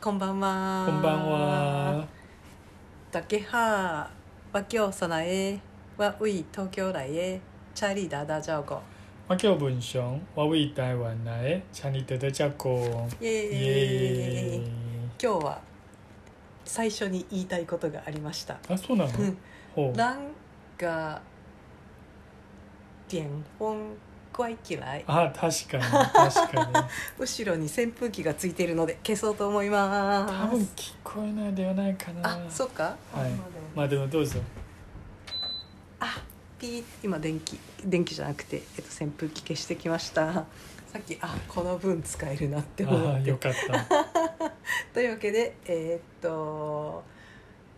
こんばんは。こんばん。は。だけは、わきょうさなえ、わうい東京来え、チャリダダジャオゴ。我叫文雄，我为台湾来，请你得得照顾。イエーイエイーイ。今日は最初に言いたいことがありました。あ、そうなのうん。ほう。なんか、電本怖い嫌い。あ、確かに確 かに。後ろに扇風機がついているので消そうと思いま多分す。聞こえないではないかなあ、。そうか。あまはいあでもまあでもどうぞ。あピー今電気電気じゃなくて、えっと、扇風機消してきました さっきあこの分使えるなって思あっー、てよ かった。というわけでえーっと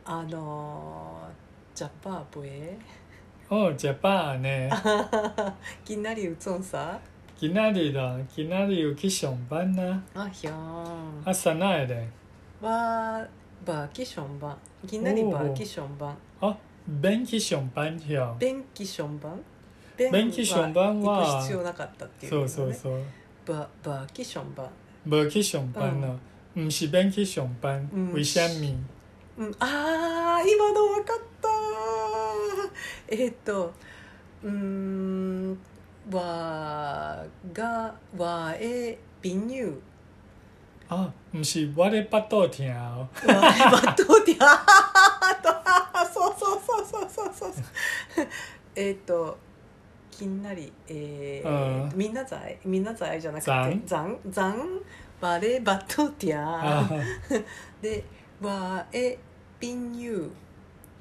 あのージャパーボエお、ジャパンね。 ぎんなりうつんさきなりだ。きなり浮きしょんばんな。あひゃーん朝ないで。わーバーキションバンぎんなりバーキションバンあ、便器しょんばんよ。便器ションバン便器ションバンは行く必要なかったっていう、そうそうそう。ババーキションバン不去上班了，不是便去上班う，ん为什么？うん、あー今の分かったえーっとうーんわがわえびにゅ啊，不是我的巴肚疼哦，うわえばとりゃあそうそうそうそうそうそうえーっときんなりえーうみんなざいみんなざいじゃなくてざんざんざんわればとりゃ啊あ，でわえびにゅ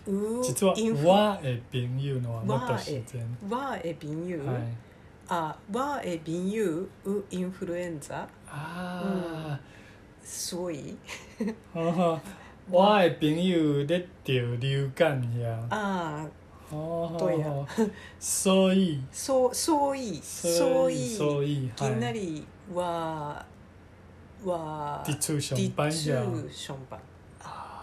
うう実はインフ我的朋友呢，我的时间，わえびにゅう哎，あ、わえびんゆう、う、インフルエンザ、啊，すごい。哦，我的朋友在得流感呀，あー、对哦，所以，そう、そうい、そうい、所以，ぎんな哎，りは、は、伫厝上デ班ィチ呀，ューションバン。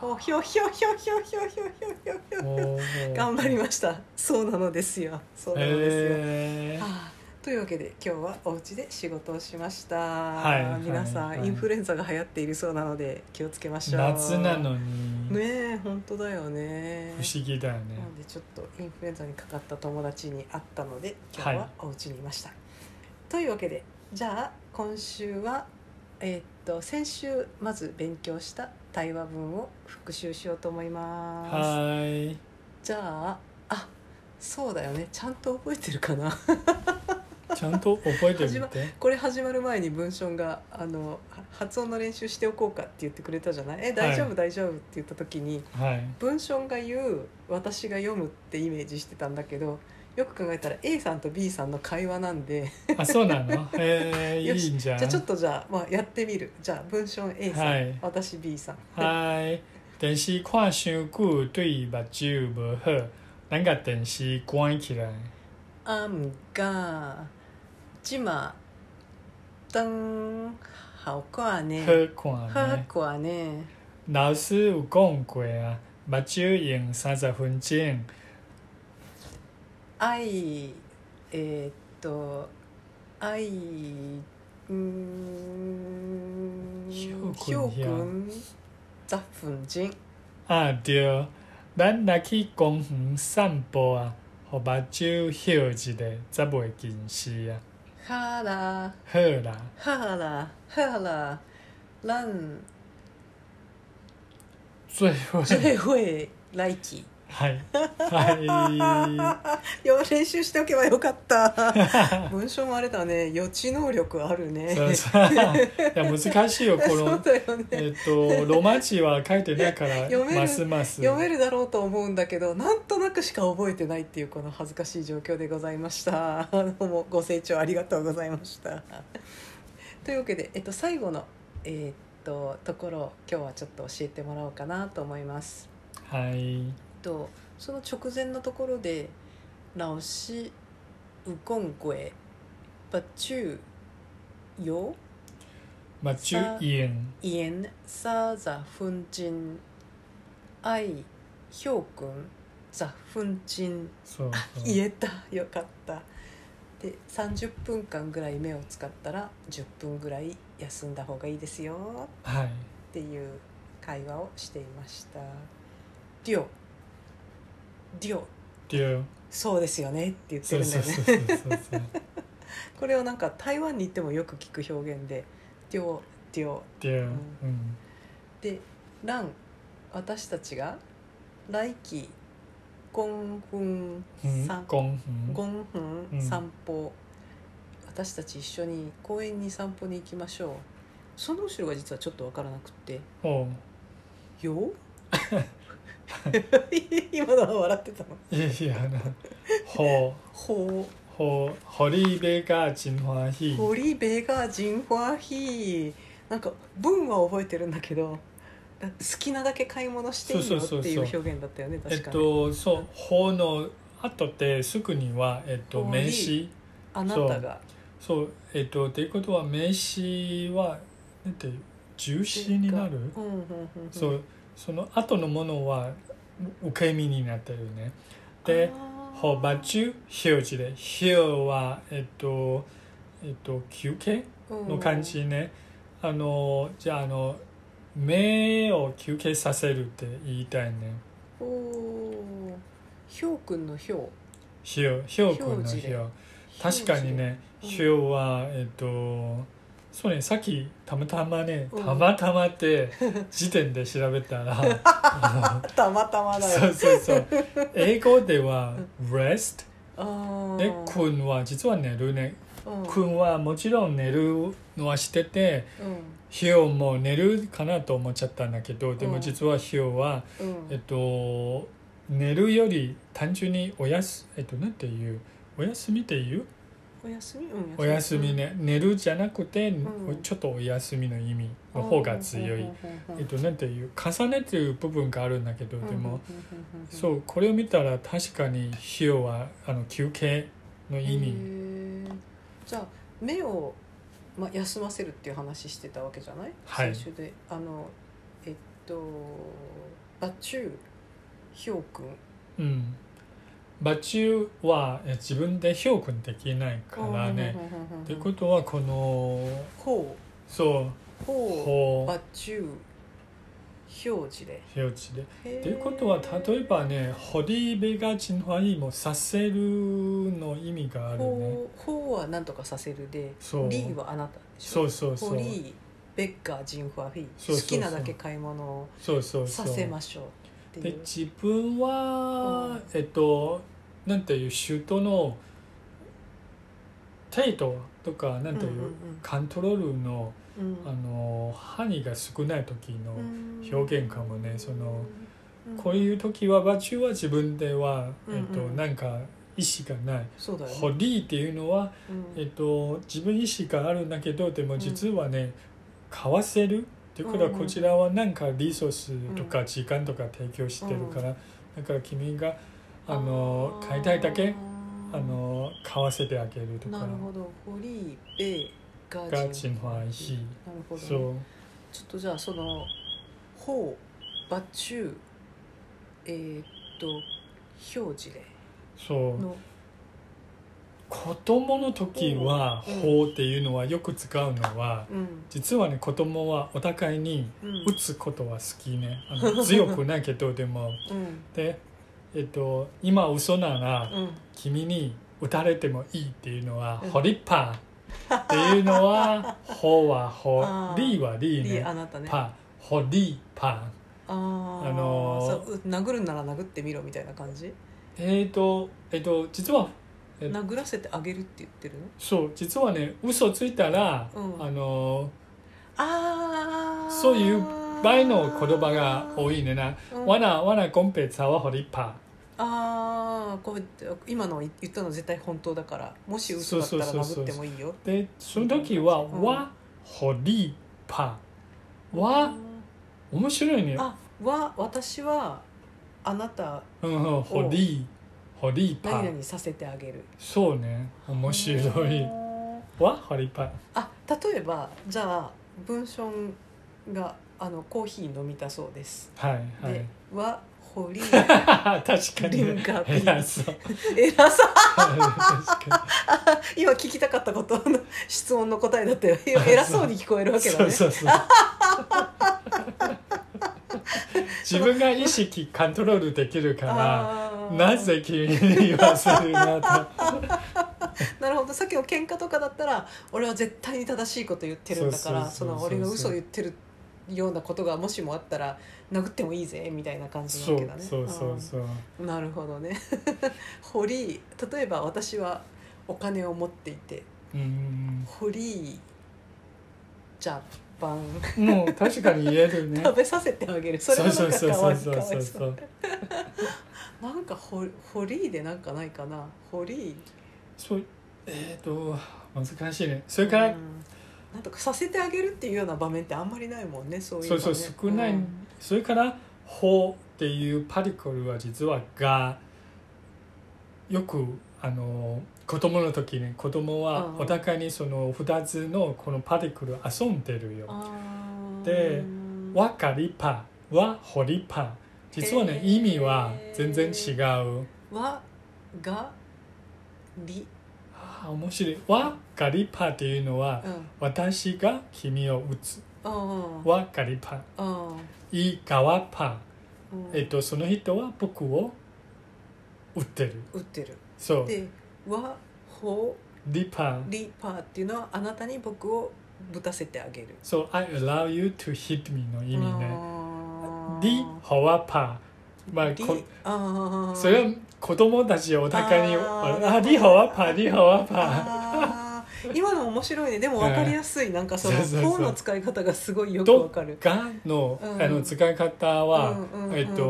おひょひょひょひょひょひょひょひょ。哦，頑張りました。そうなのですよ。そうなのですよ。えーあーというわけで今日はお家で仕事をしました、はい皆さん、はいはいインフルエンザが流行っているそうなので気をつけましょう夏なのにねえ本当だよね不思議だよねな。のでちょっとインフルエンザにかかった友達に会ったので今日ははいお家にいました、というわけでじゃあ今週はえーっと先週まず勉強した対話文を復習しようと思いますはい。じゃああそうだよねちゃんと覚えてるかな ちゃんと覚えてみて。これ始まる前に文章があのは発音の練習しておこうかって言ってくれたじゃないえ大丈夫、は大丈夫って言った時にはい。文章が言う私が読むってイメージしてたんだけどよく考えたら A さんと B さんの会話なんで あ、啊そうなの。えー、 よしいいんじゃん。じゃあちょっとじゃあ、まあ、やってみるじゃあ文章 A さん、はい私 B さんはい。電視看傷久对目睭无好，咱甲电视关起来。あんがじまたんはおこはね好は看呢。こはね老师有讲过啊，目睭用三十分钟，あいえーっとあいうーんひょうひょうくくんやんザッフンジン啊对，咱来去公园散步啊，互目睭休一下，则袂近视啊。はら好啦，はらはららん最后，最後へ来期はい はよ練習しておけばよかった文章もあれだね予知能力あるねい。そうそう。いや難しいよこそのうだよねえっと、ロマ字は書いてないから 読めるますます読めるだろうと思うんだけどなんとなくしか覚えてないっていうこの恥ずかしい状況でございましたどうもご清聴ありがとうございましたというわけで、えっと、最後の、えーっとところを今日はちょっと教えてもらおうかなと思いますはいとその直前のところで「老師ウコンゴエバチューよまあ中円イエンサーザフンチンアイヒョウくんザフンチンそうそう言えたよかった」で30分間ぐらい目を使ったら10分ぐらい休んだ方がいいですよはいっっていう会話をしていましたデュオデュオ对，そうですよねって言ってそうるんだそうよねそうそうそうそう。これをなんか台湾に行ってもよく聞く表現でデュオデュオ 对，んうん。でラン私たちが来季ゴンフンうん散公園ゴンフうんン散歩、私たち一緒に公園に散歩に行きましょうその後ろが実はちょっと分からなくっておう「 よ」 今のは笑ってたのいやいやな。ほ「ほうほうほりべが真欢う喜。堀部が人花ひ」なんか文は覚えてるんだけどだ好きなだけ買い物していいよっていう表現だったよねえっ確かに、とそうほの後ですぐにはえっとほり名詞。あなたがそうえっとっていうことは名詞はなんていう重詞になうる。んうんうんうんそうその後のものは受け身になってるね。で。ほばちゅう、ひょうじで。ひょうは、えっと、えっと、休憩の感じね。あの、じゃあ、あの、目を休憩させるって言いたいね。おおひょうくんのひょひょう、ひょうくんの表示ひでょう。う確かにね、うんひょうは、えっと、そうね、さっきたまたまね、うんたまたまって時点で調べたら、 あたまたまのだそようそうそう。英語では、rest。あーで、くんは実は寝るね。うんくんはもちろん寝るのはしててうヒヨも寝るかなと思っちゃったんだけどでうもん実はヒヨは、んうえっんと、寝るより単純におやすえっとなんていうお休みっていうおやすみうんお休みね寝るじゃなくて、うんちょっとお休みの意味の方が強い、えっとなんていう重ねてる部分があるんだけど、でもそううこれを見たら確かにヒヨはあの休憩の意味、味じゃあ目をまあ休ませるっていう話してたわけじゃないはい最初であのえっとバチューひょうくんうん。バチューはえ自分で評価できないからね。ってこことはこのほそうほううバチュー表示で表示で。っっていうことは例えばね「ホリベがチンファイ」も「させる」の意味があるね。ほうほうはなんとかさせるでそうリーはあなたでしそょうそうホそう。リーベッカージンファフィそうそうそう好きなだけ買い物をそうそうそさう。せましょうってでいう自分は、えっとなんていう首都の程度とかなんていう、うんうんうんカントロールのうんあの範囲が少ない時の、うん表現かもねそのうんこういう時はバチューは自分では、うんえっとうんなんか意思がない。そうだよホねリーっていうのは、うんえっと自分意思があるんだけどでも実はね、買わせるっていうことはうんうんこちらはなんかリソースとか時間とか提供してるから、だから君があの買いたいだけあの買わせてあげるとかなるほどホリーベッカがージチンンフファァイヒヒーなるほどねそうちょっとじゃあその「ほう」「ばちゅう」えー、っと表示でそうの子供の時は「うん法」っていうのはよく使うのはうん実はね子供はお互いにうん打つことは好きねあの強くないけどでもうんで、えっと、今嘘ならうん君に打たれてもいいっていうのはうん「ホリッパー」っていうのは「法」は「法あ」ー「リ」は「リ」でねあなた「ねパー」「ホリパあーあのーそうう殴るんなら殴ってみろみたいな感じー」えっとえっと実はえ殴らせてあげるって言ってるのそう実はね嘘ついたら、うんあのああそういう場合の言葉が多いねな。うんわなわなコンペツァワホリッパああこう今の言ったの絶対本当だからもし嘘だったらそうそうそうそ殴うってもいいよーでその時はうんわホリッパーわ面白いねあわ私はあなたうんうんホリホリッパ何ー々させてあげるそうね面白いわホリッパーあ例えばじゃあ文章があのコーヒー飲みたそうですはいはでい「は掘り 確かにリンカー偉そう 偉さ確か今聞きたかったこと の質問の答えだったよ偉そうに聞こえるわ にけだそうねそうそう自分が意識コントロールできるからあーなぜ君に言わせるなと なるほどさっきの喧嘩とかだったら俺は絶対に正しいこと言ってるんだからそそうそうそうそうの俺が嘘を言ってるようなことがもしもあったら殴ってもいいぜみたいな感じなそわうけだねそうそうそうあーなるほどね 堀井例えば私はお金を持っていてうん堀井ジャパンもう確かに言えるね食べさせてあげるそれもなんかかわいかわいそうう なんかほ堀井でなんかないかな堀井そうえっ、と難しいねそれから、うんなんとかさせてあげるっていうような場面ってあんまりないもんねそういう、そね、うそう少ない、うんそれから「法」っていうパリコルは実は「が」よくあの子供の時に子供はうんお互いにその2つのこのパリコル遊んでるよ。あーで「わかりパ」「わほりパ」実はねへー意味は全然違う。わがり、あー面白い「わかりパ」っていうのはうん、私が君を打つ。うんうんわかりパ。いいかわパ。うんえっと、その人は僕を打ってる。打ってるそう。でわほリパー。りぱっていうのはあなたに僕をぶたせてあげる So I allow you to hit me の意味ね。あーリホワパー。まあ、りこあーそれは子供たちお互いに、あーあ、リホワパー、リホワパあー今の面白いねでも分かりやすいなんかその そうそうそう頬の使い方がすごいよく分かるー。がの,、うんあの使い方は、うんうんえっうんと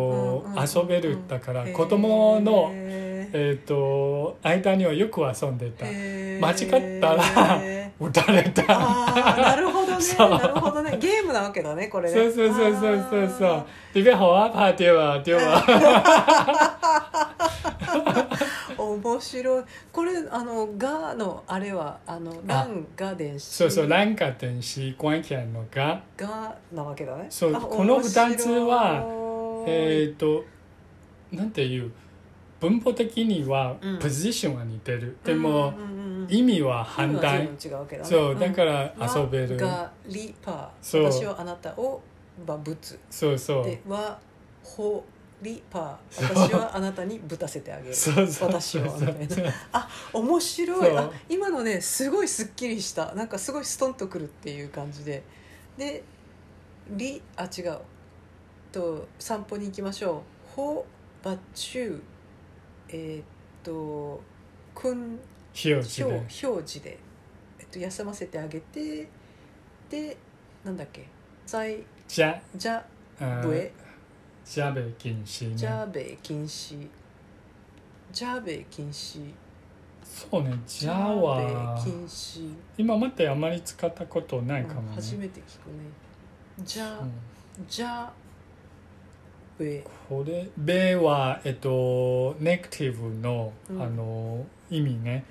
うんうん、遊べるだから、へー子供の、へえっと、間にはよく遊んでた。ー間違ったらへ打たれーた。あーなるほどね そうなるほどねゲームなわけだねこれねそうそうそうそうそうそう。里面好啊，怕丢啊丢啊。あー面白いこれあの「が」のあれはあの「ラン」が電子そうそう、なんか電子关起来のが、がなわけだねそうあこの二つは面白いえっと、なんていう文法的にはうん position は似てる。うでんもうんうんうん意味は反対。意味は随分違うけどねそう、んだから遊べわる。がりパそう私はあなたをばぶつそうそうで。はほりパ私はあなたにぶたせてあげるそうそう。私はみたいなあ面白そいうあ今のねすごいすっきりしたなんかすごいストンとくるっていう感じででりあ違うと散歩に行きましょうほばちゅうえーっとくん表示表で。表示で、えっと、休ませてあげてでなんだっけ在じゃ、じゃあぶえじゃべ禁止じね。ゃべ禁止じゃべ禁止そうね、じゃはべ禁止、今まであまり使ったことなういんかもね。初めて聞くねじゃうんじゃべこれ「べ」は、えっと、ネガティブの,、うんあの意味ね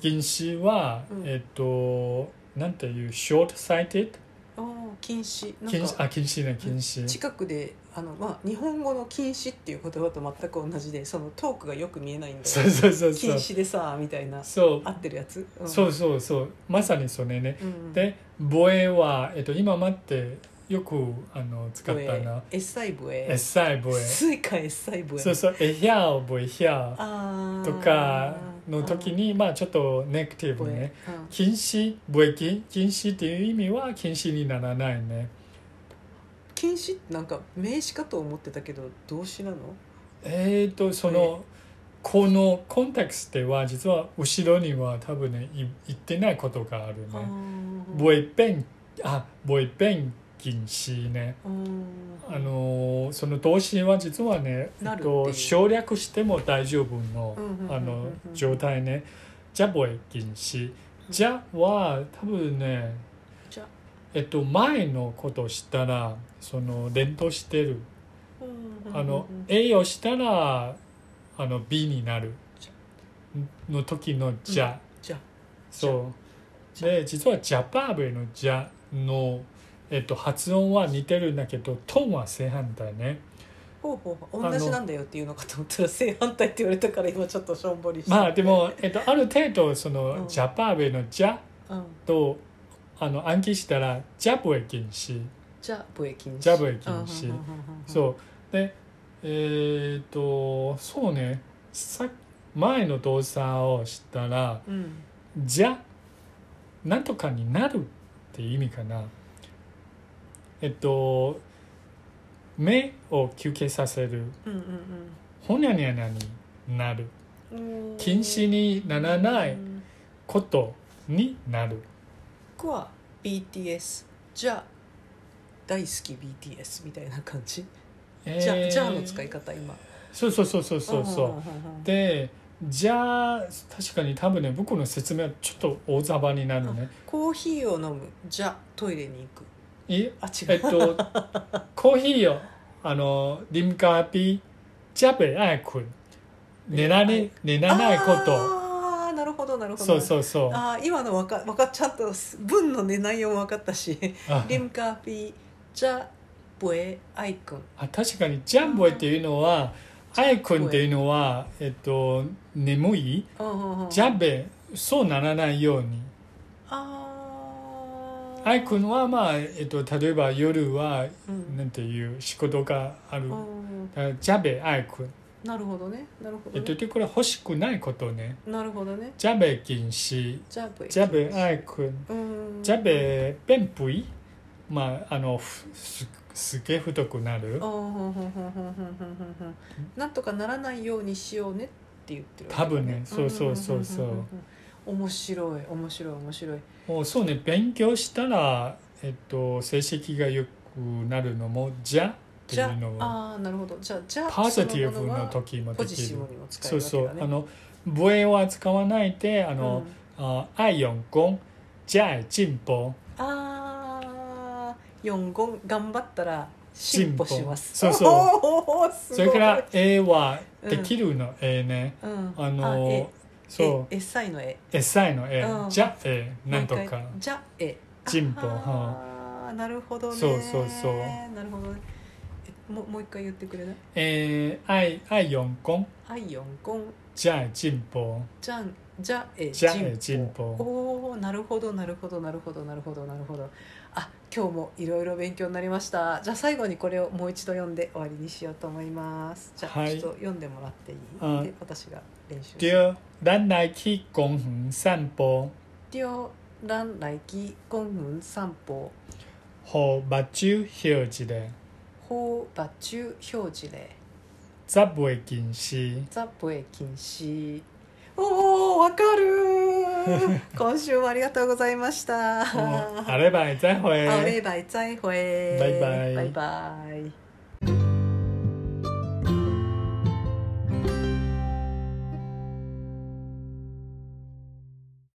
禁止は、うんえっとなんていう short sighted おー禁止禁なん止かあ禁止ね禁止近くであの、まあ、日本語の禁止っていう言葉と全く同じでそのトークがよく見えないんでそうそうそう禁そう止でさみたいなそう合ってるやつ、うんそうそうそうまさにそれね、うんで「ぼえ」は、えっと、今までよくあの使っブたなエエッサイブ「エえっさいぼえ」スイカエッサイブエそうそう「えひゃおぼえひゃあ」ーとかの時にまあちょっとネガティブブエね、うん禁止貿易禁止っていう意味は禁止にならないね禁止ってなんか名詞かと思ってたけど動詞なのえっ、ー、とそのこのコンテクストでは実は後ろには多分ねい言ってないことがあるあねー貿易弁あ貿易弁禁止ねうんあのーその動詞は実はね、えなっるっていうと、省略しても大丈夫のうんうんうんうんうんあの状態ねじゃ貿易禁止じゃは多分ねじゃえっと、前のことをしたらその連動してるうんあのうんうん A をしたらあの B になるじの時の「じゃ」じゃそうで実はジャパーベの「じゃ」の、えっと、発音は似てるんだけどトーンは正反対ねほうほうほあうの同じなんだよっていうのかと思ったら正反対って言われたから今ちょっとしょんぼりしてまあでも、えっと、ある程度その、うんジャパーベの「じゃうん」とあの暗記したら「ジャブエ禁止」じゃブエ禁止ジャブエ禁う止んうんうんうんうんそうでえーっとそうねさ前の動作をしたらうんじゃなんとかになるって意味かなえっと目を休憩させるうんうんほにゃにゃなになるうんうん禁止にならないうんことになる僕は BTS じゃあ大好き BTS みたいな感じ、じゃあじゃあの使い方方今そうそうそうそうそうそう、でじゃあ確かに多分ね僕の説明はちょっと大ざばになるねコーヒーを飲むじゃあトイレに行くいえあ違えうっとコーヒーをあのリムカーピージャベアイク寝られ寝らないことああなるほどなるほどそうそうそうああ今のわかわかちゃんと文の、ね、内容分かったしあリムカーピーじゃボエアイくんあ確かにジャンボイっていうのはアイクンっていうのはえっと眠いジャベそうならないようにあーアイクンはまあ、えっと、例えば夜はうんなんていう仕事があうるんだからジャベアイクンなるほどねなるほえどっと、ねでこれ欲しくないことね。なるほどねジャベ禁止、ジャブエジャベアイクン、うんジャベペンプイ、まあ、あの、ふすすげえ太くなう。るんうんうんうんうんうんうんうんなんとかならないようにしようねって言ってるわけ多分ねそうそうそうそうんんんんん面白い面白い面白いもうそうね、勉強したら、えっと、成績が良くなるのも、じゃってじいゃうのは、ああーなるほどじゃあじゃあパーソティそブもののは時もポでジきシるブ。にも使えそるうわけそだ、うあねの、笛は使わないで、あの、うんあ愛四ンじゃあ進歩、あー四五頑張ったら進歩します進歩そうそうおーすごいそれから、絵はできるの、絵ね。うんあのえそう。えエッサイの絵エッサイの絵、うんじゃ絵なんとか回じゃ絵進歩あーなるほどねそうそうそうなるほどねえもうもう一回言ってくれないえー、愛愛四根愛四根じゃあ進歩じゃんじゃえじゃえ進歩おおなるほどなるほどなるほどなるほどなるほどあ今日もいろいろ勉強になりましたじゃあ最後にこれをもう一度読んで終わりにしようと思いますじゃあ、はいちょっと読んでもらっていい、うんで私が練習第二咱来去公園散歩ディオラン来季ゴンフン散歩互目睭翕一下法罰中表示で十袂近視ザブエ禁止おおわかるー 今週もありがとうございました もうあれば再会あればい再会バイバイバイバイ